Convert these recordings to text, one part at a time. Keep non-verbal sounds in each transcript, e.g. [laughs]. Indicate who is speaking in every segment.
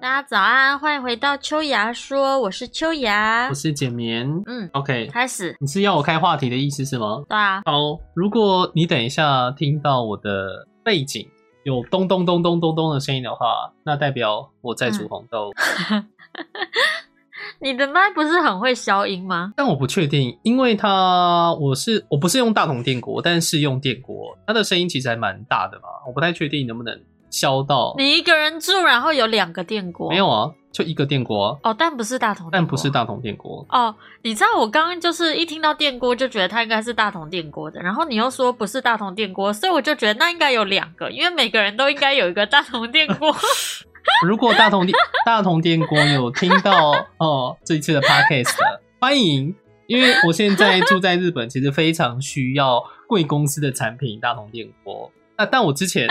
Speaker 1: 大家早安，欢迎回到秋芽说，我是秋芽
Speaker 2: 我。是简棉。
Speaker 1: 嗯，
Speaker 2: OK，
Speaker 1: 开始。
Speaker 2: 你是要我开话题的意思是吗？
Speaker 1: 对啊，
Speaker 2: 好，如果你等一下听到我的背景有咚咚咚咚咚咚的声音的话，那代表我在煮红豆，
Speaker 1: 你的麦不是很会消音吗？
Speaker 2: 但我不确定，因为它我是我不是用大同电锅，但是用电锅，它的声音其实还蛮大的嘛，我不太确定能不能消到。
Speaker 1: 你一个人住，然后有两个电锅？
Speaker 2: 哦没有啊，就一个电锅啊，
Speaker 1: 哦，但不是大同电锅，
Speaker 2: 但不是大同电锅。
Speaker 1: 哦，你知道我刚刚就是一听到电锅就觉得它应该是大同电锅的，然后你又说不是大同电锅，所以我就觉得那应该有两个，因为每个人都应该有一个大同电
Speaker 2: [laughs]
Speaker 1: 锅。
Speaker 2: 如果大同电大同电锅有听到哦这一次的 podcast，欢迎，因为我现在住在日本，其实非常需要贵公司的产品大同电锅。那但我之前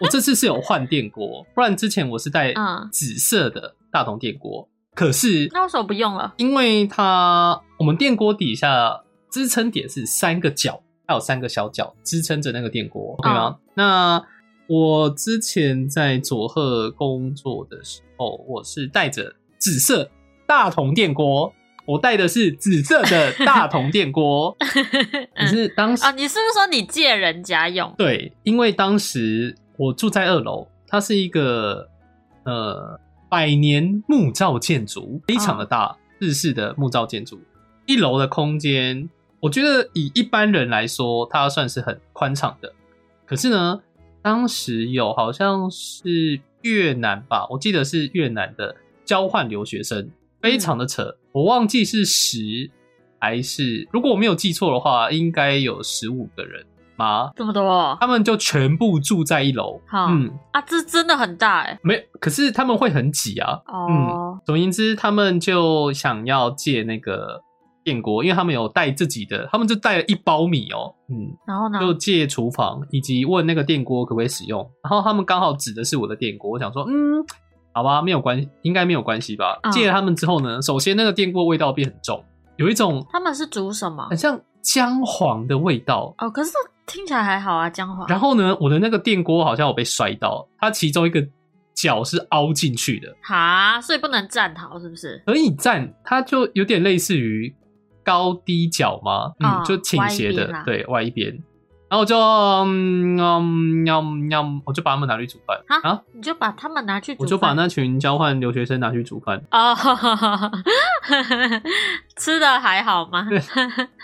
Speaker 2: 我这次是有换电锅，不然之前我是带
Speaker 1: 嗯
Speaker 2: 紫色的大同电锅，可是
Speaker 1: 那为什么不用了？
Speaker 2: 因为它我们电锅底下支撑点是三个角，它有三个小角支撑着那个电锅，OK 吗？那我之前在佐贺工作的时候，我是带着紫色大铜电锅，我带的是紫色的大铜电锅，可是当时
Speaker 1: 啊，你是不是说你借人家用？
Speaker 2: 对，因为当时我住在二楼，它是一个呃百年木造建筑，非常的大，日式的木造建筑。一楼的空间，我觉得以一般人来说，它算是很宽敞的。可是呢，当时有好像是越南吧，我记得是越南的交换留学生，非常的扯，我忘记是十还是，如果我没有记错的话，应该有十五个人吗？
Speaker 1: 这么多哦、
Speaker 2: 他们就全部住在一楼。
Speaker 1: 好
Speaker 2: 嗯，
Speaker 1: 啊，这真的很大哎、
Speaker 2: 没，可是他们会很挤啊。
Speaker 1: 哦，
Speaker 2: 总而言之，他们就想要借那个电锅，因为他们有带自己的，他们就带了一包米哦。嗯，
Speaker 1: 然后呢？
Speaker 2: 就借厨房，以及问那个电锅可不可以使用。然后他们刚好指的是我的电锅，我想说，嗯，好吧，没有关系，应该没有关系吧。
Speaker 1: 嗯
Speaker 2: 借了他们之后呢，首先那个电锅味道变很重，有一种
Speaker 1: 他们是煮什么
Speaker 2: 很？像姜黄的味道。
Speaker 1: 哦，可是听起来还好啊，姜黄。
Speaker 2: 然后呢，我的那个电锅好像有被摔到，它其中一个角是凹进去的，
Speaker 1: 哈，所以不能站好，是不是？
Speaker 2: 可以站，它就有点类似于高低角嘛，嗯，
Speaker 1: 嗯
Speaker 2: 就倾斜
Speaker 1: 歪一
Speaker 2: 的，
Speaker 1: 边啦
Speaker 2: 对，外一边。然后我就嗯嗯嗯嗯，我就把它们拿去煮饭
Speaker 1: 啊
Speaker 2: 啊，
Speaker 1: 你就把他们拿去煮饭。。
Speaker 2: 我就把那群交换留学生拿去煮饭
Speaker 1: 哦， [laughs] 吃的还好吗？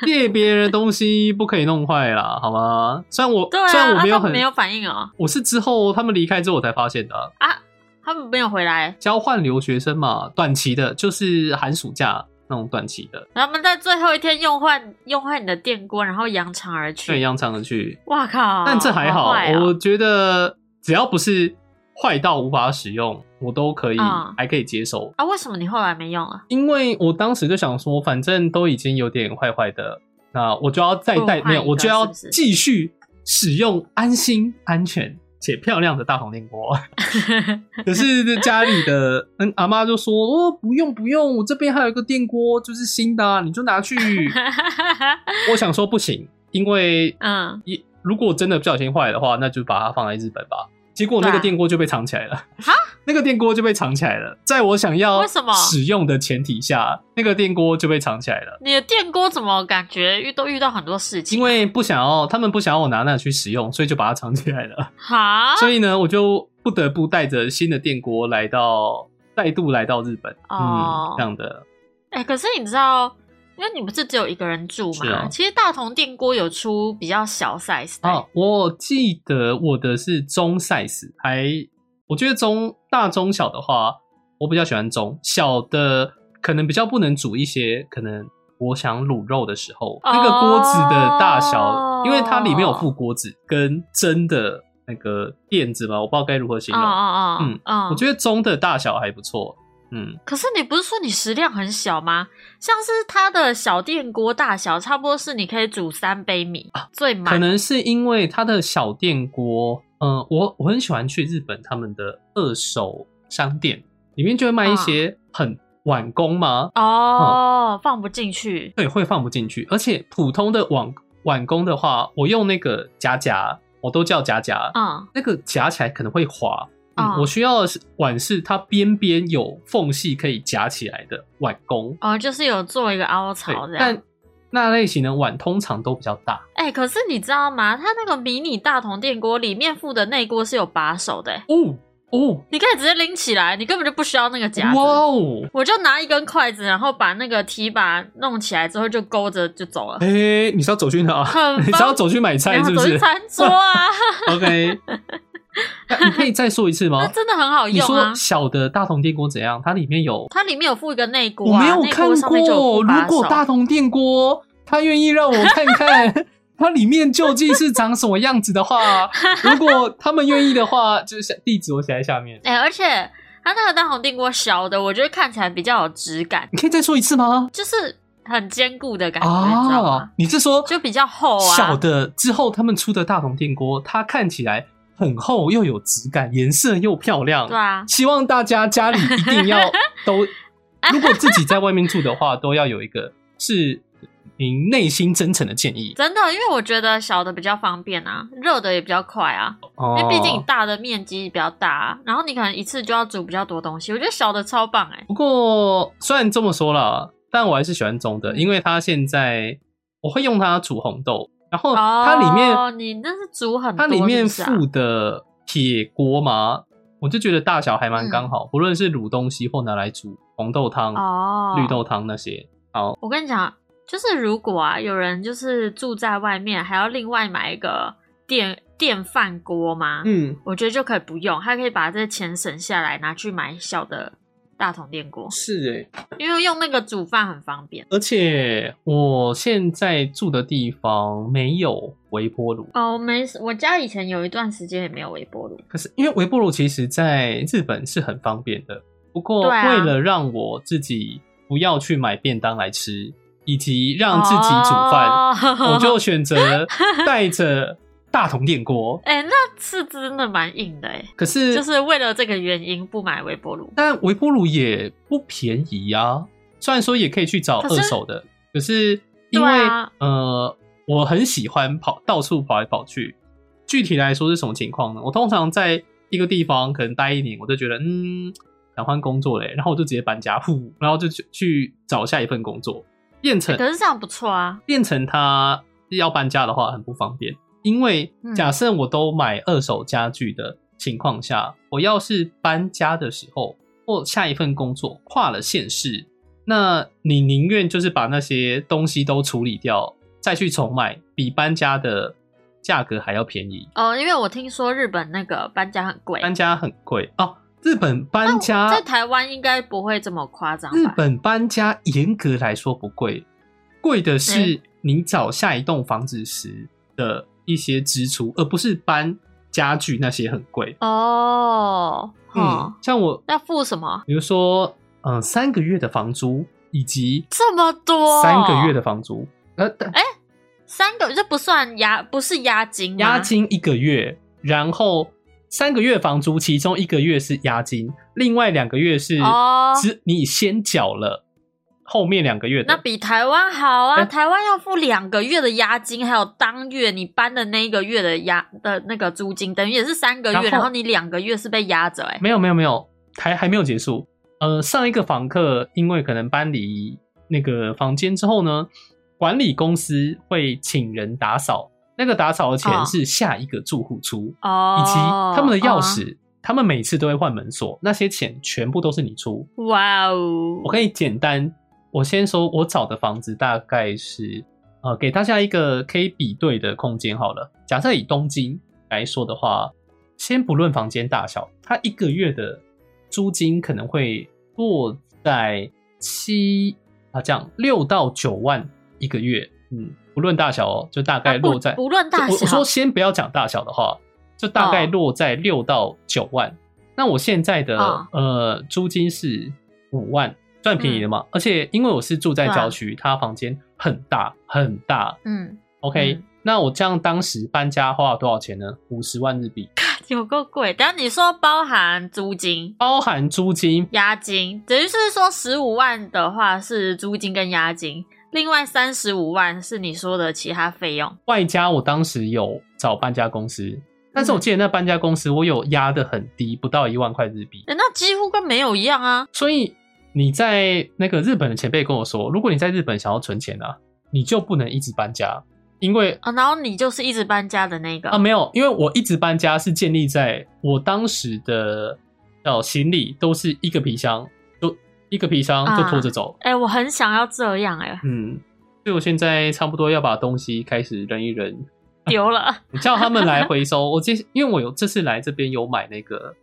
Speaker 2: 借别人的东西不可以弄坏啦，好吗？虽然我、
Speaker 1: 对啊，
Speaker 2: 虽然我
Speaker 1: 啊
Speaker 2: 没有
Speaker 1: 他
Speaker 2: 很，
Speaker 1: 们没有反应哦，
Speaker 2: 我是之后他们离开之后我才发现的啊、
Speaker 1: [laughs] 他们没有回来，
Speaker 2: 交换留学生嘛，短期的，就是寒暑假那种短期的，
Speaker 1: 他们在最后一天用换用坏你的电锅，然后扬长而
Speaker 2: 对，
Speaker 1: 去。
Speaker 2: 扬长而去。
Speaker 1: 哇靠！
Speaker 2: 但这还好，
Speaker 1: 坏哦
Speaker 2: 我觉得只要不是坏到无法使用，我都可以，
Speaker 1: 嗯
Speaker 2: 还可以接受。
Speaker 1: 啊，为什么你后来没用啊了？
Speaker 2: 因为我当时就想说，反正都已经有点坏坏的，那我就要再
Speaker 1: 多
Speaker 2: 带
Speaker 1: 换
Speaker 2: 没有，
Speaker 1: 一个
Speaker 2: 我就是要
Speaker 1: 不是
Speaker 2: 继续使用安心、安全且漂亮的大红
Speaker 1: [laughs]
Speaker 2: 电锅。可是家里的嗯阿妈就说哦不用不用，我这边还有一个电锅，就是新的、啊，你就拿去。我想说不行，因为
Speaker 1: [laughs] 嗯，
Speaker 2: 一如果真的不小心坏的话，那就把它放在日本吧。结果那
Speaker 1: 对
Speaker 2: 个
Speaker 1: 啊
Speaker 2: 电锅就被藏起来了， [laughs] 那个电锅就被藏起来了。在我想要
Speaker 1: 为什么
Speaker 2: 使用的前提下，那个电锅就被藏起来了，
Speaker 1: 你的电锅怎么感觉遇都遇到很多事情？
Speaker 2: 因为不想要他们不想要我拿那去使用，所以就把它藏起来了。
Speaker 1: 哈
Speaker 2: 所以呢，我就不得不带着新的电锅来到，再度来到日本。
Speaker 1: 哦
Speaker 2: 嗯，这样的
Speaker 1: 哎、可是你知道，因为你不是只有一个人住嘛，
Speaker 2: 是啊
Speaker 1: 其实大同电锅有出比较小 size 的、欸
Speaker 2: 啊，我记得我的是中 size，还我觉得中大中小的话，我比较喜欢中小的，可能比较不能煮一些，可能我想卤肉的时候，那个锅子的大小，因为它里面有附锅子跟真的那个垫子嘛，我不知道该如何形
Speaker 1: 哦
Speaker 2: 容。
Speaker 1: 哦哦，
Speaker 2: 嗯
Speaker 1: 嗯
Speaker 2: 我觉得中的大小还不错，嗯，
Speaker 1: 可是你不是说你食量很小吗？像是它的小电锅大小，差不多是你可以煮三杯米、最满。
Speaker 2: 啊可能是因为它的小电锅，嗯、我我很喜欢去日本他们的二手商店，里面就会卖一些
Speaker 1: 嗯
Speaker 2: 很碗工吗？
Speaker 1: 哦、
Speaker 2: 嗯
Speaker 1: 放不进去
Speaker 2: 对，会放不进去，而且普通的碗碗工的话，我用那个夹夹，我都叫夹夹，
Speaker 1: 嗯
Speaker 2: 那个夹起来可能会滑，嗯
Speaker 1: 哦
Speaker 2: 我需要的是碗是它边边有缝隙可以夹起来的碗弓。
Speaker 1: 哦，就是有做一个凹
Speaker 2: 对
Speaker 1: 槽这，样
Speaker 2: 但。那类型的碗通常都比较大。
Speaker 1: 哎、可是你知道吗？它那个迷你大同电锅里面附的内锅是有把手的、哎
Speaker 2: 哦哦，
Speaker 1: 你可以直接拎起来，你根本就不需要那个夹子。
Speaker 2: 哇
Speaker 1: [laughs]
Speaker 2: 哦！
Speaker 1: 我就拿一根筷子，然后把那个提把弄起来之后就勾着就走
Speaker 2: [laughs]
Speaker 1: 了，
Speaker 2: 哎、你是要走去哪？
Speaker 1: 很
Speaker 2: [laughs] 你是要走去买菜
Speaker 1: 然后
Speaker 2: 是不
Speaker 1: 走去
Speaker 2: [laughs] 是
Speaker 1: 餐桌啊，
Speaker 2: ？OK，那你可以再说一次
Speaker 1: 那
Speaker 2: 吗？
Speaker 1: 真的很好
Speaker 2: 你
Speaker 1: 用啊
Speaker 2: 说。小的大同电锅怎样？它里面有
Speaker 1: 它里面有附一个内锅、
Speaker 2: 我
Speaker 1: 啊，
Speaker 2: 没有
Speaker 1: 内
Speaker 2: 看
Speaker 1: 锅上面就有
Speaker 2: 过。
Speaker 1: 附把
Speaker 2: 如
Speaker 1: 手
Speaker 2: 果大同电锅他愿意让我看看
Speaker 1: [laughs]
Speaker 2: 它里面究竟是长什么样子的话，如果他们愿意的话，就是地址我写在下面。
Speaker 1: 哎、而且它那个大红电锅小的，我觉得看起来比较有质感，
Speaker 2: 你可以再说一次吗？
Speaker 1: 就是很坚固的感觉，你知道
Speaker 2: 啊
Speaker 1: 吗？，
Speaker 2: 你是说
Speaker 1: 就比较厚啊。
Speaker 2: 小的之后他们出的大同电锅，它看起来很厚又有质感，颜色又漂亮。
Speaker 1: 对 [laughs] 啊，
Speaker 2: 希望大家家里一
Speaker 1: [laughs]
Speaker 2: 定要都，如果自己在外面住的话，都要有一个是您内心真诚的建议。
Speaker 1: 真的，因为我觉得小的比较方便啊，热的也比较快啊，
Speaker 2: 哦
Speaker 1: 因为毕竟你大的面积比较大、啊，然后你可能一次就要煮比较多东西，我觉得小的超棒哎、
Speaker 2: 不过虽然这么说啦，但我还是喜欢中
Speaker 1: 嗯
Speaker 2: 的，因为它现在我会用它煮红豆，然后它里面、
Speaker 1: 哦、你那是煮很多
Speaker 2: 它里面
Speaker 1: 是不是啊
Speaker 2: 附的铁锅嘛，我就觉得大小还蛮刚好，不论是卤东西或拿来煮红豆
Speaker 1: 嗯
Speaker 2: 汤、
Speaker 1: 哦，
Speaker 2: 绿豆汤那些。
Speaker 1: 我跟你讲，啊就是如果啊，有人就是住在外面，还要另外买一个电电饭锅嘛，
Speaker 2: 嗯，
Speaker 1: 我觉得就可以不用，他可以把这钱省下来，拿去买小的大桶电锅，
Speaker 2: 是欸诶、
Speaker 1: 因为用那个煮饭很方便。
Speaker 2: 而且我现在住的地方没有微波炉，
Speaker 1: 哦，我没事，我家以前有一段时间也没有微波炉。
Speaker 2: 可是因为微波炉其实在日本是很方便的，不过
Speaker 1: 对啊
Speaker 2: 为了让我自己不要去买便当来吃，以及让自己煮饭，
Speaker 1: 哦。
Speaker 2: 我就选择带着大铜电锅
Speaker 1: [laughs] 哎、那是真的蛮硬的哎、
Speaker 2: 可是，
Speaker 1: 就是为了这个原因不买微波炉。
Speaker 2: 但微波炉也不便宜啊。虽然说也可以去找
Speaker 1: 可是
Speaker 2: 二手的，可是因为、
Speaker 1: 对啊
Speaker 2: 呃，我很喜欢跑到处跑来跑去。具体来说是什么情况呢？我通常在一个地方可能待一年，我就觉得嗯，想换工作嘞，然后我就直接搬家，呼，然后就去去找下一份工作。变成
Speaker 1: 可是这样不错啊，
Speaker 2: 变成它要搬家的话很不方便，因为
Speaker 1: 嗯
Speaker 2: 假设我都买二手家具的情况下，我要是搬家的时候或下一份工作跨了县市，那你宁愿就是把那些东西都处理掉，再去重买，比搬家的价格还要便宜。
Speaker 1: 哦，因为我听说日本那个搬家很贵，
Speaker 2: 搬家很贵哦，日本搬家
Speaker 1: 在台湾应该不会这么夸张
Speaker 2: 日
Speaker 1: 吧？
Speaker 2: 本搬家严格来说不贵，贵的是
Speaker 1: 诶
Speaker 2: 你找下一栋房子时的一些支出，而不是搬家具那些很贵。
Speaker 1: 哦，
Speaker 2: 嗯
Speaker 1: 嗯，，
Speaker 2: 像我，
Speaker 1: 要付什么？
Speaker 2: 比如说，嗯、三个月的房租以及
Speaker 1: 这么多？
Speaker 2: 三个月的房租，呃，但
Speaker 1: 三个，这不算押，不是押金吗
Speaker 2: 押。金一个月，然后三个月房租，其中一个月是押金，另外两个月是
Speaker 1: 哦
Speaker 2: 只你先缴了，后面两个月的
Speaker 1: 那比台湾好啊！
Speaker 2: 哎
Speaker 1: 台湾要付两个月的押金，还有当月你搬的那一个月的押的那个租金，等于也是三个月，
Speaker 2: 然
Speaker 1: 然
Speaker 2: 后
Speaker 1: 后你两个月是被压着、哎，
Speaker 2: 没有没有没有，还还没有结束。呃，上一个房客因为可能搬离那个房间之后呢，管理公司会请人打扫，那个打扫的钱
Speaker 1: 哦
Speaker 2: 是下一个住户出，
Speaker 1: 哦，
Speaker 2: 以及他们的钥
Speaker 1: 哦，
Speaker 2: 匙，他们每次都会换门锁，那些钱全部都是你出。
Speaker 1: 哇哦，
Speaker 2: 我可以简单，我先说我找的房子大概是，呃，给大家一个可以比对的空间好了。假设以东京来说的话，先不论房间大小，它一个月的租金可能会落在七啊，这样六到九万一个月，嗯，不论大小哦，就大概
Speaker 1: 啊不
Speaker 2: 落在、
Speaker 1: 不论大
Speaker 2: 我我
Speaker 1: 小
Speaker 2: 说，先不要讲大小的话，就大概
Speaker 1: 哦
Speaker 2: 落在六到九万。那我现在的、
Speaker 1: 哦
Speaker 2: 呃租金是五万，算便宜的嘛。而且因为我是住在
Speaker 1: 嗯对啊
Speaker 2: 郊区，它房间很大很大。
Speaker 1: 嗯，
Speaker 2: OK，、
Speaker 1: 嗯
Speaker 2: 那我这样当时搬家花了多少钱呢？五十万日币，
Speaker 1: 有够贵。等一下你说包含租金，
Speaker 2: 包含租金。
Speaker 1: 押金，等于是说十五万的话是租金跟押金，另外三十五万是你说的其他费用。
Speaker 2: 外加我当时有找搬家公司，
Speaker 1: 嗯
Speaker 2: 但是我记得那搬家公司我有压得很低，不到一万块日币。
Speaker 1: 诶那几乎跟没有一样啊。
Speaker 2: 所以你在那个日本的前辈跟我说，如果你在日本想要存钱啊，你就不能一直搬家，因为
Speaker 1: 啊，然后你就是一直搬家的那个
Speaker 2: 啊没有，因为我一直搬家是建立在我当时的叫行李都是一个皮箱，就一个皮箱就拖着走，
Speaker 1: 哎、我很想要这样哎、
Speaker 2: 嗯，所以我现在差不多要把东西开始扔一扔，
Speaker 1: 丢
Speaker 2: [laughs]
Speaker 1: 了。
Speaker 2: 我叫他们来回收。我这因为我有这次来这边有买那个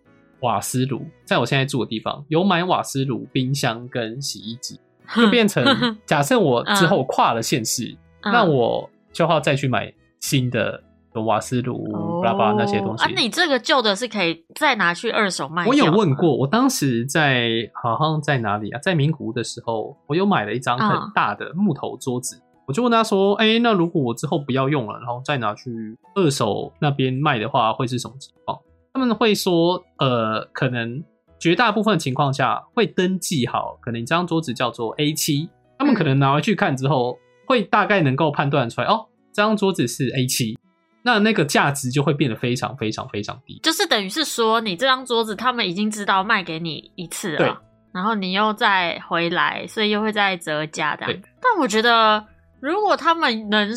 Speaker 2: 瓦斯炉，在我现在住的地方有买瓦斯炉、冰箱跟洗衣机，就变成假设我之后跨了县市，
Speaker 1: [laughs] 嗯
Speaker 2: 那我就要再去买新的瓦斯炉、巴拉巴拉那些东
Speaker 1: 哦啊，
Speaker 2: 西。
Speaker 1: 你这个旧的是可以再拿去二手卖。
Speaker 2: 我有问，过，我当时在好像在哪里啊，在名古屋的时候，我有买了一张很
Speaker 1: 嗯
Speaker 2: 大的木头桌子，我就问他说：“哎、那如果我之后不要用了，然后再拿去二手那边卖的话，会是什么情况？”他们会说：“呃，可能绝大部分情况下会登记好，可能你这张桌子叫做 A 七，他们
Speaker 1: 嗯
Speaker 2: 可能拿回去看之后，会大概能够判断出来，哦，这张桌子是 A 七，那那个价值就会变得非常非常非常低。”
Speaker 1: 就是等于是说，你这张桌子他们已经知道卖给你一次
Speaker 2: 对
Speaker 1: 了，然后你又再回来，所以又会再折价这样
Speaker 2: 对。
Speaker 1: 但我觉得，如果他们能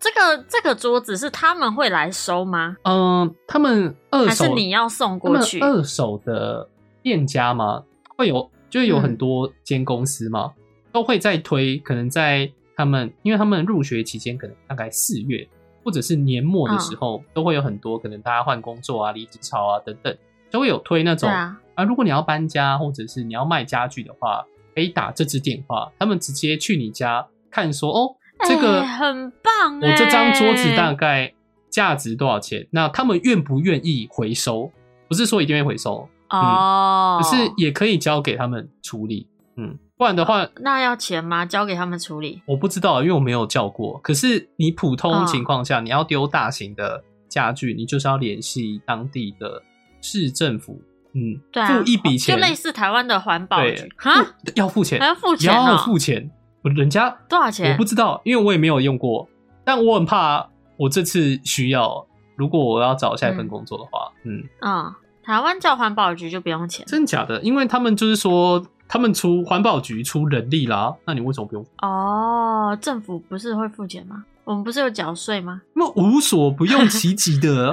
Speaker 1: 这个这个桌子是他们会来收吗？
Speaker 2: 嗯，他们二
Speaker 1: 还
Speaker 2: 手
Speaker 1: 是你要送过去
Speaker 2: 他？们二手的店家嘛，会有就是有
Speaker 1: 嗯
Speaker 2: 很多间公司嘛，都会在推，可能在他们因为他们入学期间，可能大概四月或者是年末的时
Speaker 1: 嗯
Speaker 2: 候，都会有很多可能大家换工作啊、离职潮啊等等，都会有推那种
Speaker 1: 对啊，
Speaker 2: 啊，如果你要搬家或者是你要卖家具的话，可以打这支电话，他们直接去你家看说哦，这个、
Speaker 1: 哎很棒
Speaker 2: 我这张桌子
Speaker 1: 哎
Speaker 2: 大概价值多少钱？那他们愿不愿意回收？不是说一定会回收，
Speaker 1: 哦，
Speaker 2: 嗯可是也可以交给他们处理。嗯，不然的话
Speaker 1: 那要钱吗？交给他们处理。
Speaker 2: 我不知道，因为我没有叫过。可是你普通
Speaker 1: 嗯
Speaker 2: 情况下，你要丢大型的家具，你就是要联系当地的市政府，嗯，
Speaker 1: 对啊，
Speaker 2: 付一笔钱，
Speaker 1: 就类似台湾的环保
Speaker 2: 对
Speaker 1: 局哈，
Speaker 2: 付要付钱
Speaker 1: 还，要付钱
Speaker 2: 要
Speaker 1: 哦，
Speaker 2: 付钱，人家
Speaker 1: 多少
Speaker 2: 我
Speaker 1: 钱
Speaker 2: 不？知道，因为我也没有用过，但我很怕我这次需要。如果我要找下一份
Speaker 1: 嗯
Speaker 2: 工作的话，嗯，
Speaker 1: 嗯，台湾叫环保局就不用钱
Speaker 2: 真假的？因为他们就是说，他们出环保局出人力啦，那你为什么不用？
Speaker 1: 哦。政府不是会付钱吗？我们不是有缴税吗？ [laughs]
Speaker 2: 那无所不用其极的，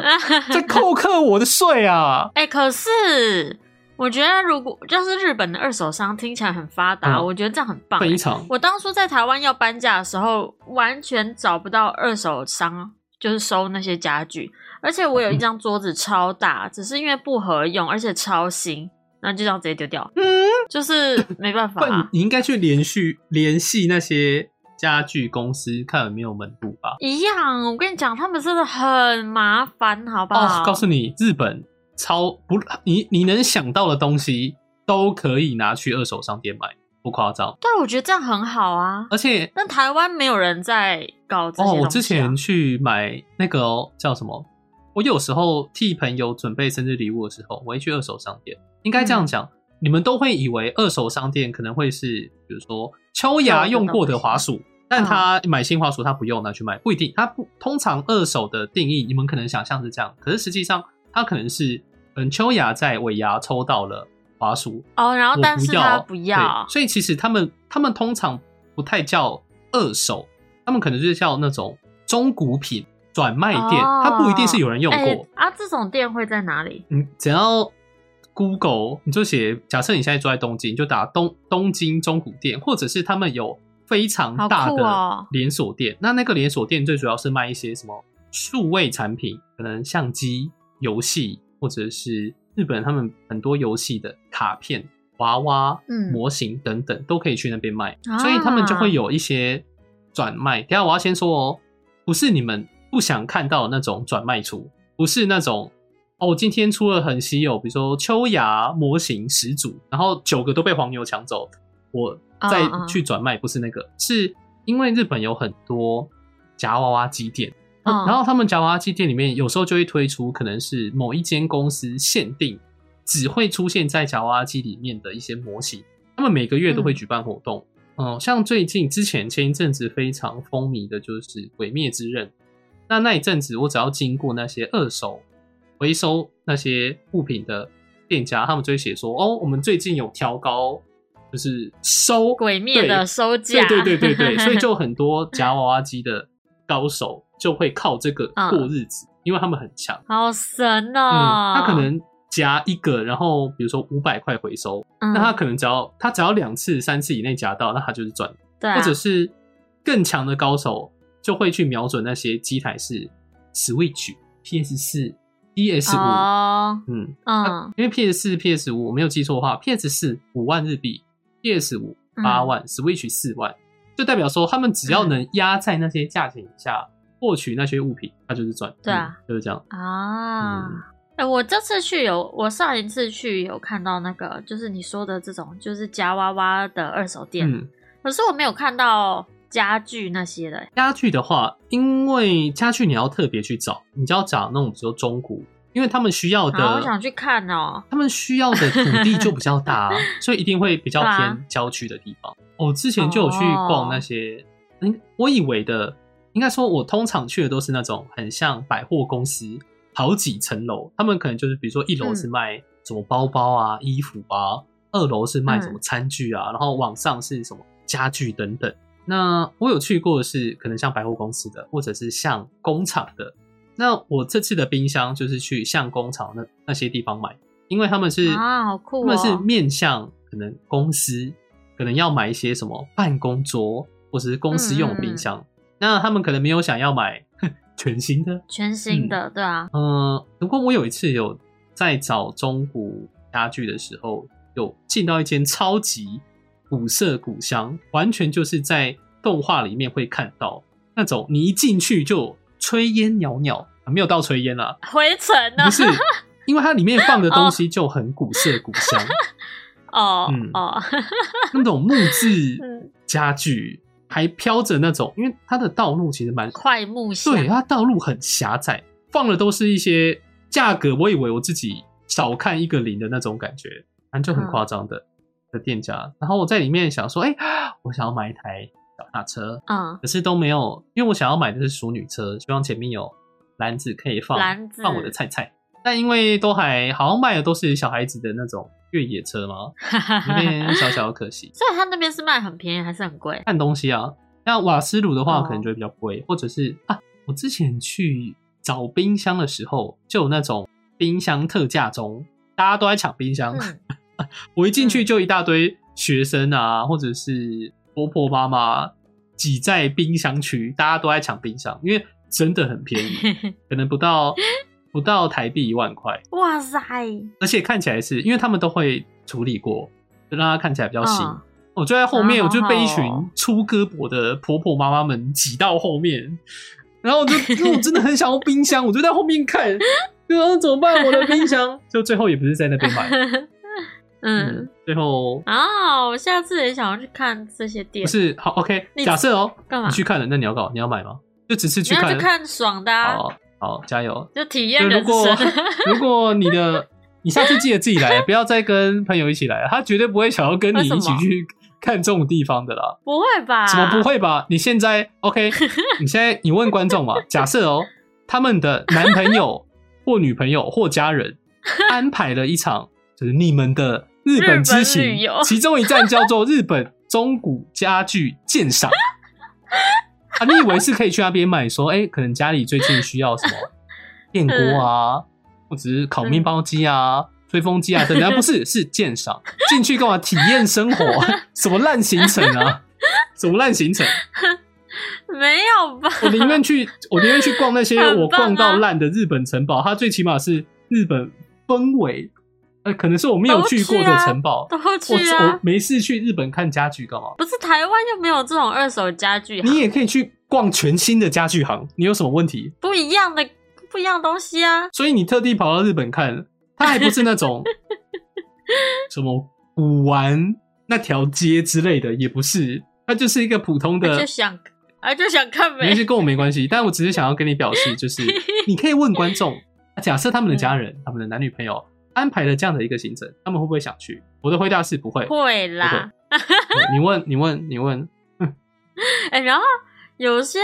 Speaker 2: 在扣克我的
Speaker 1: [laughs]
Speaker 2: 税啊！
Speaker 1: 哎、可是我觉得如果就是日本的二手商听起来很发达，
Speaker 2: 嗯
Speaker 1: 我觉得这样很棒、
Speaker 2: 非
Speaker 1: 哎
Speaker 2: 常
Speaker 1: 我当初在台湾要搬家的时候，完全找不到二手商，就是收那些家具。而且我有一张桌子超大，只是因为不合用，而且超新，那就这样直接丢掉。嗯，就是没办
Speaker 2: [laughs]
Speaker 1: 法、啊
Speaker 2: 不然你应该去连续联系那些家具公司，看有没有门路吧。
Speaker 1: 一样。我跟你讲，他们真的很麻烦，好不好？
Speaker 2: 哦，告诉你，日本超不，你你能想到的东西都可以拿去二手商店买，不夸张。
Speaker 1: 但我觉得这样很好啊。
Speaker 2: 而且
Speaker 1: 但台湾没有人在搞这些、
Speaker 2: 哦，
Speaker 1: 东
Speaker 2: 我之
Speaker 1: 西啊
Speaker 2: 前去买那个、哦、叫什么？我有时候替朋友准备生日礼物的时候，我会去二手商店。应该这样讲，
Speaker 1: 嗯
Speaker 2: 你们都会以为二手商店可能会是，比如说秋
Speaker 1: 旧
Speaker 2: 雅
Speaker 1: 的
Speaker 2: 用过的
Speaker 1: 东西
Speaker 2: 滑鼠，但他买新滑鼠他不用拿去卖，不一定。他不通常二手的定义，你们可能想象是这样，可是实际上他可能是，嗯，秋雅在尾牙抽到了滑鼠，
Speaker 1: 哦，然后
Speaker 2: 我
Speaker 1: 但是
Speaker 2: 不要
Speaker 1: 他不要
Speaker 2: 对，，所以其实他们他们通常不太叫二手，他们可能就是叫那种中古品转卖店，
Speaker 1: 哦
Speaker 2: 它不一定是有人用过。
Speaker 1: 哎啊。这种店会在哪里？
Speaker 2: 你只要 Google，你就写，假设你现在住在东京，你就打东东京中古店，或者是他们有非常大
Speaker 1: 好酷
Speaker 2: 的
Speaker 1: 哦
Speaker 2: 连锁店。那那个连锁店最主要是卖一些什么数位产品，可能相机、游戏，或者是日本他们很多游戏的卡片、娃娃、
Speaker 1: 嗯
Speaker 2: 模型等等，都可以去那边卖。
Speaker 1: 啊
Speaker 2: 所以他们就会有一些转卖。等一下我要先说哦，不是你们不想看到的那种转卖出，不是那种哦，我今天出了很稀有，比如说秋芽模型十组，然后九个都被黄牛抢走，我再
Speaker 1: 嗯嗯
Speaker 2: 去转卖，不是那个，是因为日本有很多夹娃娃机店。
Speaker 1: 嗯
Speaker 2: 然后他们夹娃娃机店里面有时候就会推出，可能是某一间公司限定，只会出现在夹娃娃机里面的一些模型。他们每个月都
Speaker 1: 嗯
Speaker 2: 会举办活动。嗯，像最近之前前一阵子非常风靡的就是《鬼灭之刃》，那那一阵子我只要经过那些二手回收那些物品的店家，他们就会写说：“哦，我们最近有调高，就是收
Speaker 1: 鬼灭的收
Speaker 2: 对
Speaker 1: 价，
Speaker 2: 对对
Speaker 1: [laughs]
Speaker 2: 对对，所以就很多夹娃娃机的高手就会靠这个
Speaker 1: 嗯
Speaker 2: 过日子，因为他们很强。
Speaker 1: 好神
Speaker 2: 嗯，
Speaker 1: 哦。
Speaker 2: 他可能夹一个，然后比如说五百块回收，
Speaker 1: 嗯，
Speaker 2: 那他可能只要他只要两次、三次以内夹到，那他就是赚。
Speaker 1: 对啊
Speaker 2: 或者是更强的高手就会去瞄准那些机台是 Switch、PS 四、PS 五，
Speaker 1: 哦，
Speaker 2: 嗯，
Speaker 1: 嗯
Speaker 2: 因为 PS 四、PS 五我没有记错的话，PS 四五万日币，PS 五
Speaker 1: 嗯
Speaker 2: 八万、s w i t c h 四万，就代表说他们只要能压在那些价钱以下获取那些物品，那就是赚。
Speaker 1: 对啊
Speaker 2: 嗯就是这样。
Speaker 1: 啊
Speaker 2: 嗯。
Speaker 1: 哎、我这次去有，我上一次去有看到那个，就是你说的这种，就是夹娃娃的二手店，
Speaker 2: 嗯，
Speaker 1: 可是我没有看到家具那些的、
Speaker 2: 家具的话，因为家具你要特别去找，你就要找那种比如说中古，因为他们需要的，
Speaker 1: 啊，我想去看哦、
Speaker 2: 他们需要的土地就比较大、
Speaker 1: [laughs]
Speaker 2: 啊，所以一定会比较
Speaker 1: 对啊
Speaker 2: 偏郊区的地方。我之前就有去逛那些，
Speaker 1: 哦
Speaker 2: 嗯，我以为的，应该说，我通常去的都是那种很像百货公司，好几层楼，他们可能就是比如说一楼
Speaker 1: 嗯
Speaker 2: 是卖什么包包啊、衣服啊，二楼是
Speaker 1: 嗯
Speaker 2: 卖什么餐具啊，然后往上是什么家具等等。那我有去过的是可能像百货公司的，或者是像工厂的。那我这次的冰箱就是去像工厂那那些地方买，因为他们是
Speaker 1: 啊好酷哦
Speaker 2: 他们是面向可能公司，可能要买一些什么办公桌或者是公司用
Speaker 1: 嗯
Speaker 2: 的冰箱，那他们可能没有想要买 [laughs] 全新的。
Speaker 1: 全新的，对啊，
Speaker 2: 嗯、不过我有一次有在找中古家具的时候，有进到一间超级古色古香，完全就是在动画里面会看到那种，你一进去就炊烟袅袅，啊没有到炊烟啦，
Speaker 1: 回程呢
Speaker 2: 不？是，因为它里面放的东西就很古色古香，
Speaker 1: 哦、
Speaker 2: 嗯
Speaker 1: 哦，
Speaker 2: 那种木质
Speaker 1: 嗯
Speaker 2: 家具，还飘着那种，因为它的道路其实蛮，
Speaker 1: 快木箱，
Speaker 2: 对，它道路很狭窄，放的都是一些价格，我以为我自己少看一个零的那种感觉，反正就很夸张的、的店家。然后我在里面想说，哎、我想要买一台脚踏车，
Speaker 1: 嗯，
Speaker 2: 可是都没有，因为我想要买的是淑女车，希望前面有篮子可以放
Speaker 1: 篮子
Speaker 2: 放我的菜菜。但因为都还好像卖的都是小孩子的那种越野车
Speaker 1: [laughs]
Speaker 2: 嘛，有点小小的可惜。
Speaker 1: 所以他那边是卖很便宜还是很贵？
Speaker 2: 看东西啊。那瓦斯炉的话，
Speaker 1: 哦
Speaker 2: 可能就会比较贵，或者是啊，我之前去找冰箱的时候，就有那种冰箱特价中，大家都在抢冰箱。
Speaker 1: 嗯
Speaker 2: 我一进去就一大堆学生啊，或者是婆婆妈妈挤在冰箱区，大家都在抢冰箱，因为真的很
Speaker 1: [laughs]
Speaker 2: 便宜，可能不到不到台币一万块，
Speaker 1: 哇塞，
Speaker 2: 而且看起来是因为他们都会处理过，就让它看起来比较新。
Speaker 1: 嗯
Speaker 2: 我就在后面，
Speaker 1: 啊
Speaker 2: 我就被一群
Speaker 1: 好好哦
Speaker 2: 出胳膊的婆婆妈妈们挤到后面，然后我就因为我真的很想要冰箱，我就在后面看，然后怎么办？我的冰箱
Speaker 1: [laughs]
Speaker 2: 就最后也不是在那边买，
Speaker 1: 嗯
Speaker 2: 嗯，最后
Speaker 1: 啊，我下次也想要去看这些店
Speaker 2: 不。是好 OK，
Speaker 1: 你
Speaker 2: 假设哦，
Speaker 1: 干嘛
Speaker 2: 你去看了，那你要搞你要买吗？就只是
Speaker 1: 啊你
Speaker 2: 去
Speaker 1: 要
Speaker 2: 看
Speaker 1: 去看爽的、啊，
Speaker 2: 好好加油。
Speaker 1: 就体
Speaker 2: 就
Speaker 1: 验
Speaker 2: 如
Speaker 1: 人
Speaker 2: 果
Speaker 1: 生。
Speaker 2: [laughs] 如果你的你下次记得自己来，不要再跟朋友一起来，他绝对不会想要跟你
Speaker 1: 为什么
Speaker 2: 一起去看这种地方的啦。
Speaker 1: 不会吧？
Speaker 2: 怎么不？会吧？你现在 OK？
Speaker 1: [laughs]
Speaker 2: 你现在你问观众嘛？假设哦，他们的男朋友 [laughs] 或女朋友或家人安排了一场，就是你们的日本之
Speaker 1: 日本
Speaker 2: 行
Speaker 1: 旅游，
Speaker 2: 其中一站叫做日本中古家具鉴赏。啊，你以为是可以去那边买？说，哎、可能家里最近需要什么电锅啊，或者是烤面包机啊、吹风机啊等
Speaker 1: [laughs]
Speaker 2: 等，不是，是鉴赏。进去干嘛？体验生活？啊
Speaker 1: [laughs]
Speaker 2: 什么烂行程啊？什么烂行程？
Speaker 1: 没有吧？
Speaker 2: 我宁愿
Speaker 1: [laughs]
Speaker 2: 去，我宁愿去逛那些
Speaker 1: 很棒啊
Speaker 2: 我逛到烂的日本城堡，它最起码是日本氛围，呃，可能是我没有去过的城堡。
Speaker 1: 都去
Speaker 2: 我我
Speaker 1: 啊！
Speaker 2: 没事去日本看家具干嘛？
Speaker 1: 不是台湾又没有这种二手家具啊行，
Speaker 2: 你也可以去逛全新的家具行，你有什么问题？
Speaker 1: 不一样的不一样的东西啊！
Speaker 2: 所以你特地跑到日本看，它还不是
Speaker 1: [laughs]
Speaker 2: 那种什么古玩那条街之类的，也不是，它就是一个普通
Speaker 1: 我
Speaker 2: 的
Speaker 1: 就想，啊，就想看
Speaker 2: 没事，
Speaker 1: 美。
Speaker 2: 跟我没关系。但我只是想要跟你表
Speaker 1: [laughs]
Speaker 2: 示，就是你可以问观众，假设他们的家人、
Speaker 1: 嗯
Speaker 2: 他们的男女朋友安排了这样的一个行程，他们会不会想去？我的回答是不会。嗯
Speaker 1: 会啦，
Speaker 2: 你问，你问，你问，
Speaker 1: 哎、然后有些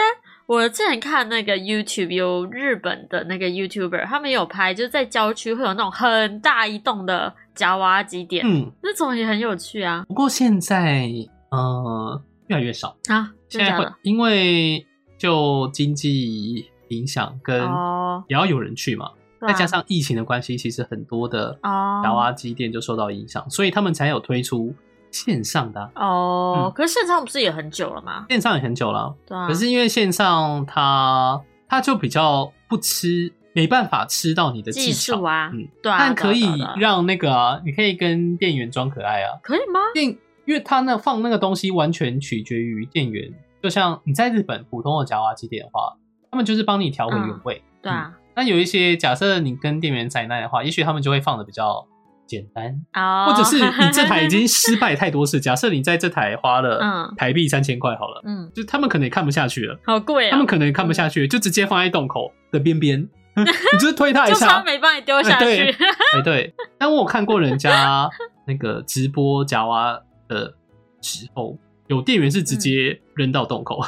Speaker 1: 我之前看那个 YouTube 有日本的那个 YouTuber，他们有拍，就是在郊区会有那种很大一栋的夹娃娃机店，
Speaker 2: 嗯，
Speaker 1: 那种也很有趣啊
Speaker 2: 不过现在呃越来越少，
Speaker 1: 啊！
Speaker 2: 现
Speaker 1: 真的
Speaker 2: 在
Speaker 1: 假
Speaker 2: 会
Speaker 1: 的？
Speaker 2: 因为就经济影响跟
Speaker 1: 哦，
Speaker 2: 也要有人去嘛，
Speaker 1: 对啊
Speaker 2: 再加上疫情的关系，其实很多的
Speaker 1: 哦，
Speaker 2: 娃娃机店就受到影响，所以他们才有推出线上的啊、
Speaker 1: 哦，
Speaker 2: 嗯
Speaker 1: 可是线上不是也很久了吗？
Speaker 2: 线上也很久了，
Speaker 1: 对啊，
Speaker 2: 可是因为线上它它就比较不吃，没办法吃到你的技
Speaker 1: 技
Speaker 2: 巧
Speaker 1: 术，啊，
Speaker 2: 嗯
Speaker 1: 对啊，
Speaker 2: 但
Speaker 1: 对啊
Speaker 2: 可以
Speaker 1: 对啊对啊
Speaker 2: 让那个啊，你可以跟店员装可爱啊，
Speaker 1: 可以吗？
Speaker 2: 店，因为它那放那个东西完全取决于店员，就像你在日本普通的夹娃娃机店的话，他们就是帮你调回原味。
Speaker 1: 对啊，
Speaker 2: 那有一些假设你跟店员灾难的话，也许他们就会放的比较简单，
Speaker 1: 哦，
Speaker 2: 嗯或者是你这台已经失败太多次。假设你在这台花了
Speaker 1: 嗯
Speaker 2: 台币三千块好了，
Speaker 1: 嗯，
Speaker 2: 就他们可能也看不下去了，
Speaker 1: [laughs] 好贵啊，
Speaker 2: 他们可能也看不下去，就直接放在洞口的边边，你就是推他一
Speaker 1: [laughs] 就
Speaker 2: 下
Speaker 1: 差，没帮你丢下
Speaker 2: 哎对
Speaker 1: 去，
Speaker 2: 哎对。但我有看过人家那个直播夹娃的时候，有店员是
Speaker 1: 嗯
Speaker 2: 直接扔到洞口，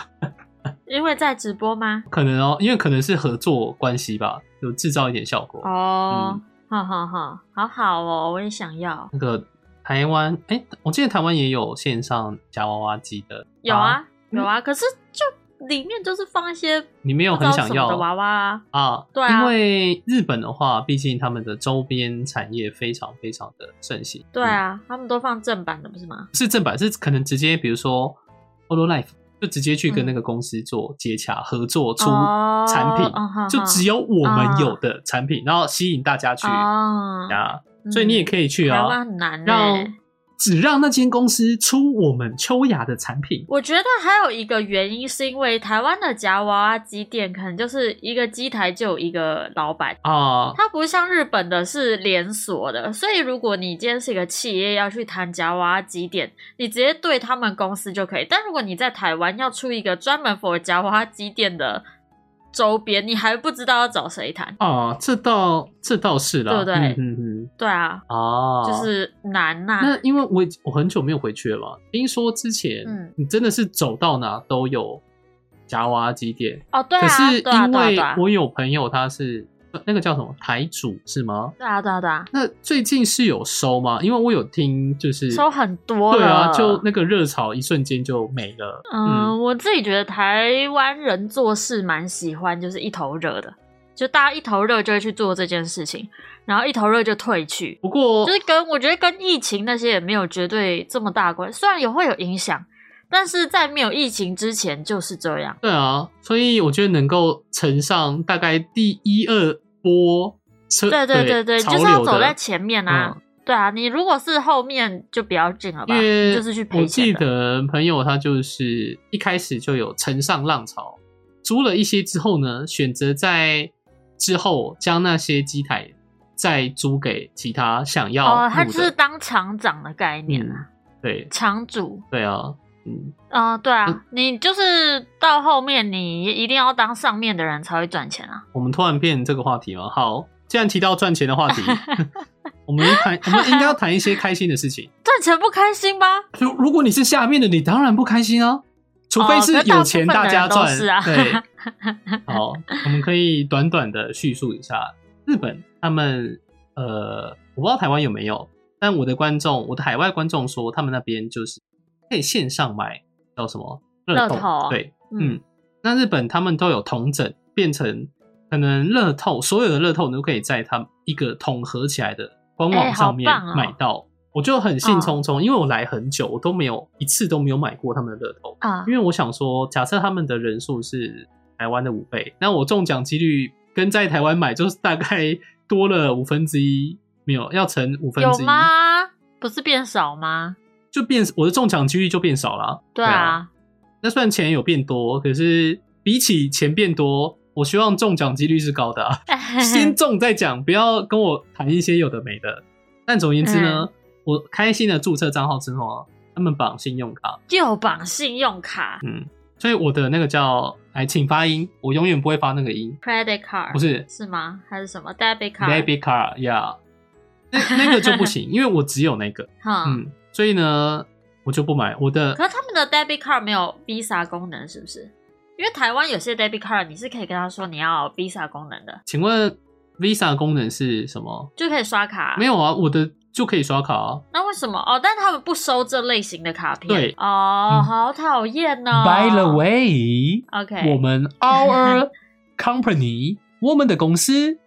Speaker 1: 因为在直播吗？
Speaker 2: 可能哦，因为可能是合作关系吧，有制造一点效果。
Speaker 1: 哦，好好好，好好哦，我也想要，
Speaker 2: 那个台湾，哎、我记得台湾也有线上夹娃娃机的，
Speaker 1: 有，啊
Speaker 2: 嗯
Speaker 1: 有啊，可是就里面就是放一些
Speaker 2: 你没有
Speaker 1: 不知
Speaker 2: 很
Speaker 1: 道
Speaker 2: 想
Speaker 1: 什么
Speaker 2: 要
Speaker 1: 的娃娃啊，
Speaker 2: 啊？
Speaker 1: 对啊
Speaker 2: 因为日本的话，毕竟他们的周边产业非常非常的盛行，
Speaker 1: 对
Speaker 2: 嗯
Speaker 1: 啊，他们都放正版的不是吗？
Speaker 2: 不是正版，是可能直接比如说 Hololive 就直接去跟
Speaker 1: 嗯
Speaker 2: 那个公司做接洽、合作出
Speaker 1: 哦
Speaker 2: 产品，
Speaker 1: 哦好
Speaker 2: 就
Speaker 1: 好
Speaker 2: 只有我们
Speaker 1: 啊
Speaker 2: 有的产品，然后吸引大家去啊，
Speaker 1: 哦，
Speaker 2: 嗯所以你也可以去
Speaker 1: 以台
Speaker 2: 啊
Speaker 1: 湾，很难欸
Speaker 2: 让
Speaker 1: 呢。
Speaker 2: 只让那间公司出我们秋雅的产品。
Speaker 1: 我觉得还有一个原因是因为台湾的夹娃娃机店可能就是一个机台就有一个老板，
Speaker 2: 啊，
Speaker 1: 它不像日本的是连锁的，所以如果你今天是一个企业要去谈夹娃娃机店，你直接对他们公司就可以。但如果你在台湾要出一个专门 for 夹娃娃机店的周边，你还不知道要找谁谈。
Speaker 2: 哦，这倒这倒是啦，
Speaker 1: 对不对
Speaker 2: 嗯嗯嗯，
Speaker 1: 对啊，
Speaker 2: 哦，
Speaker 1: 就是难呐、
Speaker 2: 那因为我已我很久没有回去了嘛，听说之前
Speaker 1: 嗯
Speaker 2: 你真的是走到哪都有夹娃娃机店，
Speaker 1: 哦，对啊，
Speaker 2: 可是
Speaker 1: 对啊，
Speaker 2: 因
Speaker 1: 对啊，
Speaker 2: 为
Speaker 1: 对啊，
Speaker 2: 我有朋友他是那个叫什么台主是吗？
Speaker 1: 对啊，对啊，对啊，
Speaker 2: 那最近是有收吗？因为我有听就是
Speaker 1: 收很多了。
Speaker 2: 对啊，就那个热潮一瞬间就没了，
Speaker 1: 嗯，我自己觉得台湾人做事蛮喜欢，就是一头热的，就大家一头热就会去做这件事情，然后一头热就退去，
Speaker 2: 不过
Speaker 1: 就是跟我觉得跟疫情那些也没有绝对这么大关，虽然也会有影响，但是在没有疫情之前就是这样。
Speaker 2: 对啊，所以我觉得能够乘上大概第一二波车，
Speaker 1: 对对对对，
Speaker 2: 潮
Speaker 1: 就是要
Speaker 2: 流的，嗯
Speaker 1: 走在前面啊。对啊，你如果是后面就不要进了吧，
Speaker 2: 因为
Speaker 1: 就是去
Speaker 2: 我
Speaker 1: 赔
Speaker 2: 记
Speaker 1: 钱的。
Speaker 2: 得朋友他就是一开始就有乘上浪潮，租了一些之后呢，选择在之后将那些机台再租给其他想要
Speaker 1: 哦，他
Speaker 2: 入
Speaker 1: 就
Speaker 2: 的嗯
Speaker 1: 是当厂长的概念啊，
Speaker 2: 对
Speaker 1: 厂主。
Speaker 2: 对啊，嗯，
Speaker 1: 啊、对啊，
Speaker 2: 嗯
Speaker 1: 你就是到后面你一定要当上面的人才会赚钱啊。
Speaker 2: 我们突然变这个话题吗？好，既然提到赚钱的话
Speaker 1: [laughs]
Speaker 2: 题，我们谈我们应该要谈一些开心的事情。
Speaker 1: 赚钱不开心吗？
Speaker 2: 如如果你是下面的，你当然不开心啊，除
Speaker 1: 哦
Speaker 2: 非是有钱大家赚。
Speaker 1: 哦可是大部分的 [laughs]
Speaker 2: 对
Speaker 1: 人，
Speaker 2: 好，我们可以短短的叙述一下日本他们呃，我不知道台湾有没有，但我的观众，我的海外观众说，他们那边就是可以线上买叫什么乐
Speaker 1: 乐透
Speaker 2: 对，
Speaker 1: 嗯，
Speaker 2: 嗯，那日本他们都有同整，变成可能乐透，所有的乐透你都可以在他们一个统合起来的官
Speaker 1: 哎
Speaker 2: 网
Speaker 1: 好
Speaker 2: 上面
Speaker 1: 棒哦嗯
Speaker 2: 买到。我就很兴冲冲，因为我来很久，我都没有一次都没有买过他们的乐透，
Speaker 1: 啊
Speaker 2: 因为我想说，假设他们的人数是台湾的五倍，那我中奖几率跟在台湾买就是大概多了五分之一，没有要乘五分
Speaker 1: 有
Speaker 2: 之一，
Speaker 1: 吗？不是变少吗？
Speaker 2: 就变我的中奖几率就变少了啊。
Speaker 1: 对啊，
Speaker 2: 那虽然钱有变多，可是比起钱变多，我希望中奖几率是高
Speaker 1: [laughs]
Speaker 2: 的、啊。先中再讲，不要跟我谈一些有的没的。但总而言之呢，我开心的注册账号之后啊，他们绑信用卡，
Speaker 1: 又绑信用卡
Speaker 2: 嗯，所以我的那个叫哎，请发音，我永远不会发那个音，
Speaker 1: （credit card）
Speaker 2: 不是
Speaker 1: 是吗？还是什么 debit card？
Speaker 2: debit card，yeah，那那个就不行，因为我只有那个，
Speaker 1: 哈、
Speaker 2: 嗯，所以呢，我就不买我的
Speaker 1: 可是他们的 debit card 没有 Visa 功能，是不是？因为台湾有些 debit card 你是可以跟他说你要 Visa 功能的，
Speaker 2: 请问 Visa 功能是什么？
Speaker 1: 就可以刷卡。
Speaker 2: 没有啊，我的就可以刷卡啊。
Speaker 1: 那为什么？哦，但他们不收这类型的卡片。
Speaker 2: 对
Speaker 1: 哦，
Speaker 2: 嗯
Speaker 1: 好讨厌哦。
Speaker 2: By the way，
Speaker 1: OK
Speaker 2: 我们 our company，我们的公司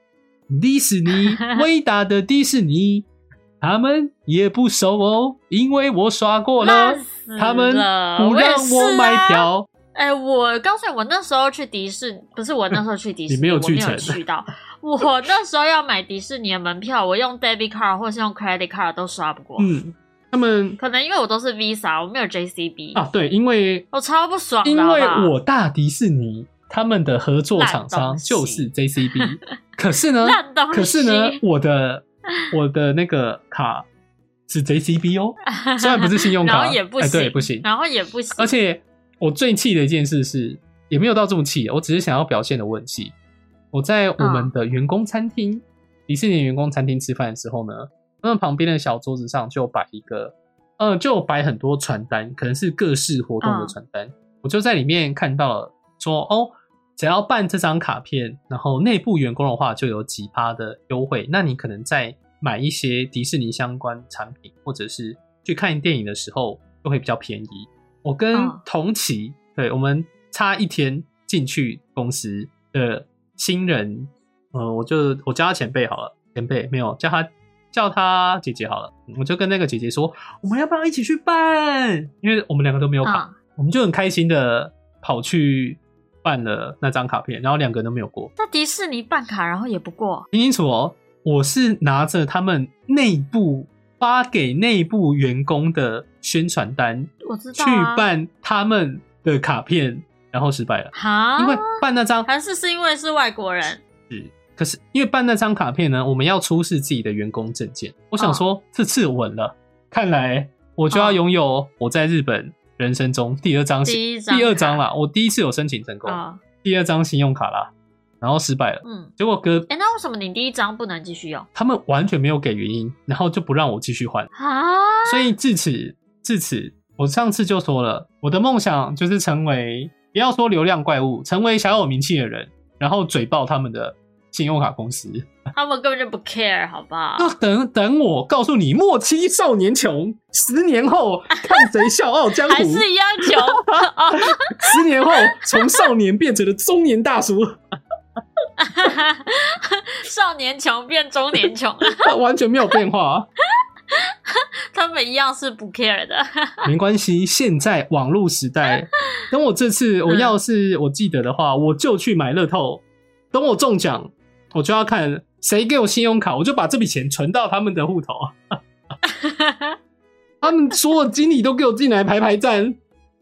Speaker 2: 迪士
Speaker 1: [laughs]
Speaker 2: 尼，伟大的迪士尼，他们也不收哦，因为我刷过了
Speaker 1: 烂，死了，
Speaker 2: 他们不
Speaker 1: 我也
Speaker 2: 让我
Speaker 1: 是
Speaker 2: 买
Speaker 1: 啊。
Speaker 2: 票。
Speaker 1: 哎、我告诉你，我那时候去迪士，不是我那时候去迪士尼，
Speaker 2: [laughs] 你没有
Speaker 1: 我
Speaker 2: 去
Speaker 1: 没
Speaker 2: 成
Speaker 1: 有去到。我那时候要买迪士尼的门票，我用 debit card 或是用 credit card 都刷不过，
Speaker 2: 嗯，他们
Speaker 1: 可能因为我都是 Visa，我没有 JCB，、
Speaker 2: 啊，对，因为
Speaker 1: 我超不爽的。
Speaker 2: 因
Speaker 1: 好
Speaker 2: 为
Speaker 1: 不好
Speaker 2: 我大迪士尼他们的合作厂商
Speaker 1: 烂东西
Speaker 2: 就是
Speaker 1: [laughs]
Speaker 2: JCB，可是呢，
Speaker 1: 烂东西，
Speaker 2: 可是呢，我的我的那个卡是 JCB 哦，
Speaker 1: [laughs]
Speaker 2: 虽然不是信用卡，
Speaker 1: 然后也不
Speaker 2: 哎
Speaker 1: 行，
Speaker 2: 对，不行。
Speaker 1: 然后也不行，
Speaker 2: 而且我最气的一件事是，也没有到这么气，我只是想要表现的问气。我在我们的员工餐厅，迪士尼员工餐厅吃饭的时候呢，他们旁边的小桌子上就摆一个，呃，就摆很多传单，可能是各式活动的
Speaker 1: 嗯
Speaker 2: 传单。我就在里面看到了说，哦，只要办这张卡片，然后内部员工的话就有几趴的优惠。那你可能在买一些迪士尼相关产品，或者是去看电影的时候，就会比较便宜。我跟
Speaker 1: 嗯
Speaker 2: 同期，对我们差一天进去公司的新人，呃，我就我叫他前辈好了，前辈没有叫他叫他姐姐好了，嗯我就跟那个姐姐说，我们要不要一起去办？因为我们两个都没有卡，
Speaker 1: 嗯，
Speaker 2: 我们就很开心的跑去办了那张卡片，然后两个人都没有过。
Speaker 1: 在迪士尼办卡，然后也不过，
Speaker 2: 听清楚哦，我是拿着他们内部发给内部员工的宣传单
Speaker 1: 我知道、
Speaker 2: 去
Speaker 1: 啊、
Speaker 2: 办他们的卡片，然后失败了，
Speaker 1: 哈，
Speaker 2: 因为办那张
Speaker 1: 啊还是是因为是外国人，
Speaker 2: 可是因为办那张卡片呢，我们要出示自己的员工证件。我想
Speaker 1: 啊
Speaker 2: 说，这次稳了，看来我就要
Speaker 1: 嗯
Speaker 2: 拥有我在日本人生中第二张信
Speaker 1: 啊第一张，
Speaker 2: 第二张，啦，我第一次有申请成功，
Speaker 1: 啊、
Speaker 2: 第二张信用卡啦，然后失败了。
Speaker 1: 嗯，
Speaker 2: 结果哥
Speaker 1: 哎、那为什么你第一张不能继续用？
Speaker 2: 他们完全没有给原因，然后就不让我继续还。
Speaker 1: 啊，
Speaker 2: 所以至此至此，我上次就说了，我的梦想就是成为不要说流量怪物，成为小有名气的人，然后嘴爆他们的信用卡公司。
Speaker 1: 他们根本就不 care，好不好？
Speaker 2: [laughs] 那等等我告诉你，莫欺少年穷，十年后看谁笑傲江湖
Speaker 1: 还。是一样
Speaker 2: [laughs]
Speaker 1: 穷哦， [laughs]
Speaker 2: 十年后从少年变成了中年大叔， [laughs]
Speaker 1: 少年穷变中年穷， [laughs]
Speaker 2: 完全没有变化、啊。
Speaker 1: 他们一样是不 care 的。
Speaker 2: 没关系，现在网络时代，等我这次
Speaker 1: 嗯
Speaker 2: 我要是我记得的话，我就去买乐透。等我中奖，我就要看谁给我信用卡，我就把这笔钱存到他们的
Speaker 1: [laughs]
Speaker 2: 户头。他们所有经理都给我进来排排站，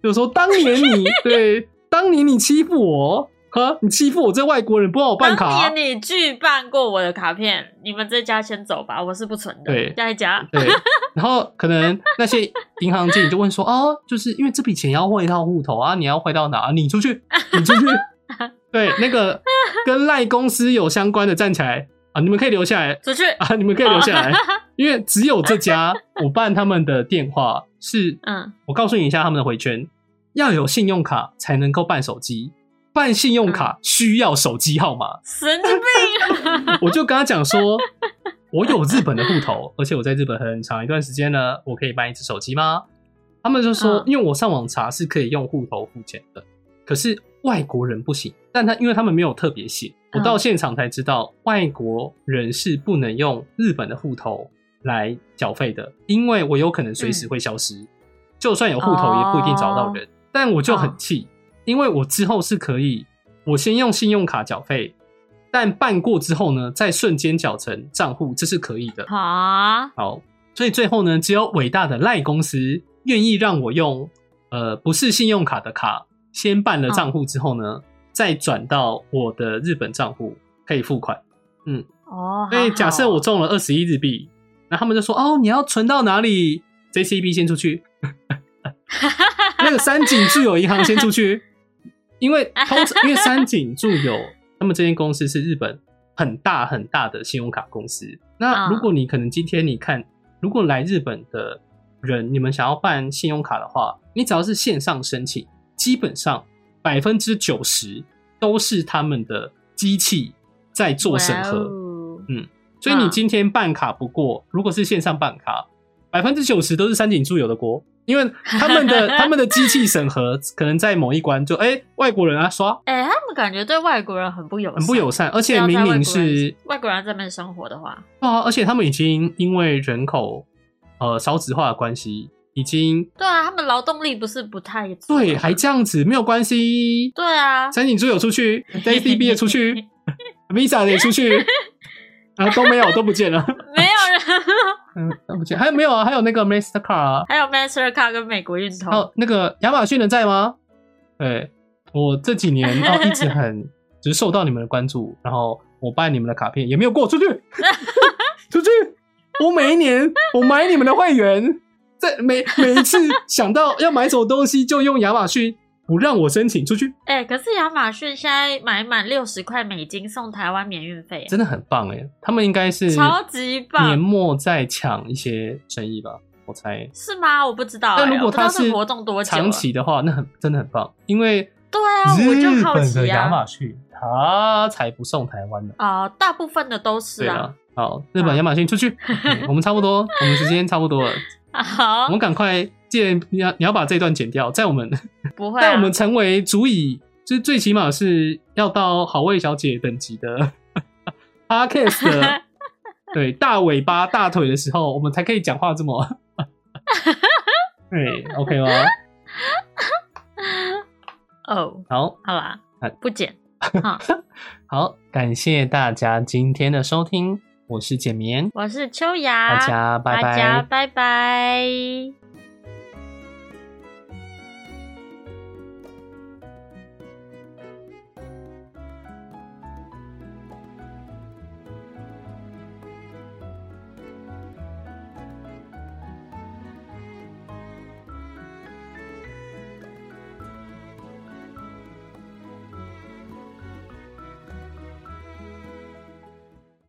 Speaker 2: 就说当年
Speaker 1: [laughs]
Speaker 2: 你对，当年你欺负我，呵，你欺负我这外国人，不让我办卡、
Speaker 1: 当年你拒办过我的卡片，你们这家先走吧，我是不存的。
Speaker 2: 对
Speaker 1: 下一家，
Speaker 2: 对，然后可能那些银行经理就问说：“哦，就是因为这笔钱要汇到户头啊，你要汇到哪？你出去，你出去。”对，那个跟赖公司有相关的站起来啊，你们可以留下来
Speaker 1: 出去。
Speaker 2: 啊，你们可以留下来，因为只有这家我办他们的电话是，
Speaker 1: 嗯，
Speaker 2: 我告诉你一下他们的回圈，要有信用卡才能够办手机，办信用卡需要手机号码。
Speaker 1: 神 [laughs] 经病。
Speaker 2: 我就跟他讲说，我有日本的户头，而且我在日本很长一段时间呢，我可以办一只手机吗？他们就说
Speaker 1: 嗯，
Speaker 2: 因为我上网查是可以用户头付钱的，可是外国人不行。但他因为他们没有特别写，我
Speaker 1: 嗯
Speaker 2: 到现场才知道，外国人是不能用日本的户头来缴费的，因为我有可能随
Speaker 1: 嗯
Speaker 2: 时会消失，就算有户头也不一定找
Speaker 1: 哦
Speaker 2: 到人。但我就
Speaker 1: 嗯
Speaker 2: 很气，因为我之后是可以，我先用信用卡缴费，但办过之后呢，再瞬间缴成账户，这是可以的。
Speaker 1: 啊，
Speaker 2: 好，所以最后呢，只有伟大的赖公司愿意让我用呃不是信用卡的卡，先办了账户之后呢，再转到我的日本账户可以付款。
Speaker 1: 哦，
Speaker 2: 所以哎假设我
Speaker 1: 好
Speaker 2: 中了二十一日币，那他们就说哦，你要存到哪里？JCB 先出去，那个三井住友银行先出去，因为通常因为三井住友他们这间公司是日本很大很大的信用卡公司。那
Speaker 1: 嗯
Speaker 2: 如果你可能今天你看，如果来日本的人，你们想要办信用卡的话，你只要是线上申请，基本上百分之九十都是他们的机器在做审核。
Speaker 1: 哇哦
Speaker 2: 所以你
Speaker 1: 嗯
Speaker 2: 今天办卡不过，如果是线上办卡，百分之九十都是三井住友的锅，因为他
Speaker 1: [laughs]
Speaker 2: 们的他们的机器审核可能在某一关就哎、外国人啊刷
Speaker 1: 哎、他们感觉对外国人很不友善，
Speaker 2: 很不友善，而且
Speaker 1: 要在
Speaker 2: 明
Speaker 1: 外国
Speaker 2: 明
Speaker 1: 人
Speaker 2: 是
Speaker 1: 外国人在那边生活的话，
Speaker 2: 啊，而且他们已经因为人口呃少子化的关系，已经
Speaker 1: 对啊，他们劳动力不是不太足
Speaker 2: 对
Speaker 1: 吗
Speaker 2: 还这样子没有关系，
Speaker 1: 对啊，
Speaker 2: 三井住友出去，Daisy B 也出去，Visa 也出去，然后都没有都不见了，
Speaker 1: 没有人，
Speaker 2: 嗯都不见，还有没有啊？还有那个 Mastercard 啊，
Speaker 1: 还有 Mastercard 跟美国运通，
Speaker 2: 哦，那个亚马逊人在吗？对我这几年哦一直很只受到你们的关注，然后我办你们的卡片也没有过出去，出去！我每一年我买你们的会员，在每每一次想到要买什么东西就用亚马逊，不让我申请出去，
Speaker 1: 哎、可是亚马逊现在买满六十块美金送台湾免运费，
Speaker 2: 真的很棒哎！他们应该是
Speaker 1: 超级
Speaker 2: 年
Speaker 1: 棒，
Speaker 2: 末在抢一些生意吧，我猜。
Speaker 1: 是吗？我不知道、哎，
Speaker 2: 但如果
Speaker 1: 我不知道
Speaker 2: 他是
Speaker 1: 这活动多久了
Speaker 2: 长期的话，那很真的很棒，因为
Speaker 1: 对啊我就好奇啊
Speaker 2: 日本的亚马逊，它才不送台湾呢。
Speaker 1: 啊、大部分的都是
Speaker 2: 对
Speaker 1: 啊
Speaker 2: 啊，，好，日本亚马逊出
Speaker 1: [laughs]
Speaker 2: 去，嗯我们差不多，我们时间差不多了，
Speaker 1: 啊 [laughs] 好
Speaker 2: 我们赶快借你要你要把这段剪掉，在我们
Speaker 1: 不会、啊，
Speaker 2: 在我们成为足以，就是最起码是要到好味小姐等级的 [laughs] podcast 的对大尾巴大腿的时候，我们才可以讲话这么对 OK 吗？
Speaker 1: 哦，
Speaker 2: 好。
Speaker 1: 好啦
Speaker 2: 啊，
Speaker 1: 不剪，
Speaker 2: 好，感谢大家今天的收听，我是简眠，
Speaker 1: 我是秋雅，
Speaker 2: 大家拜拜。
Speaker 1: 大家拜拜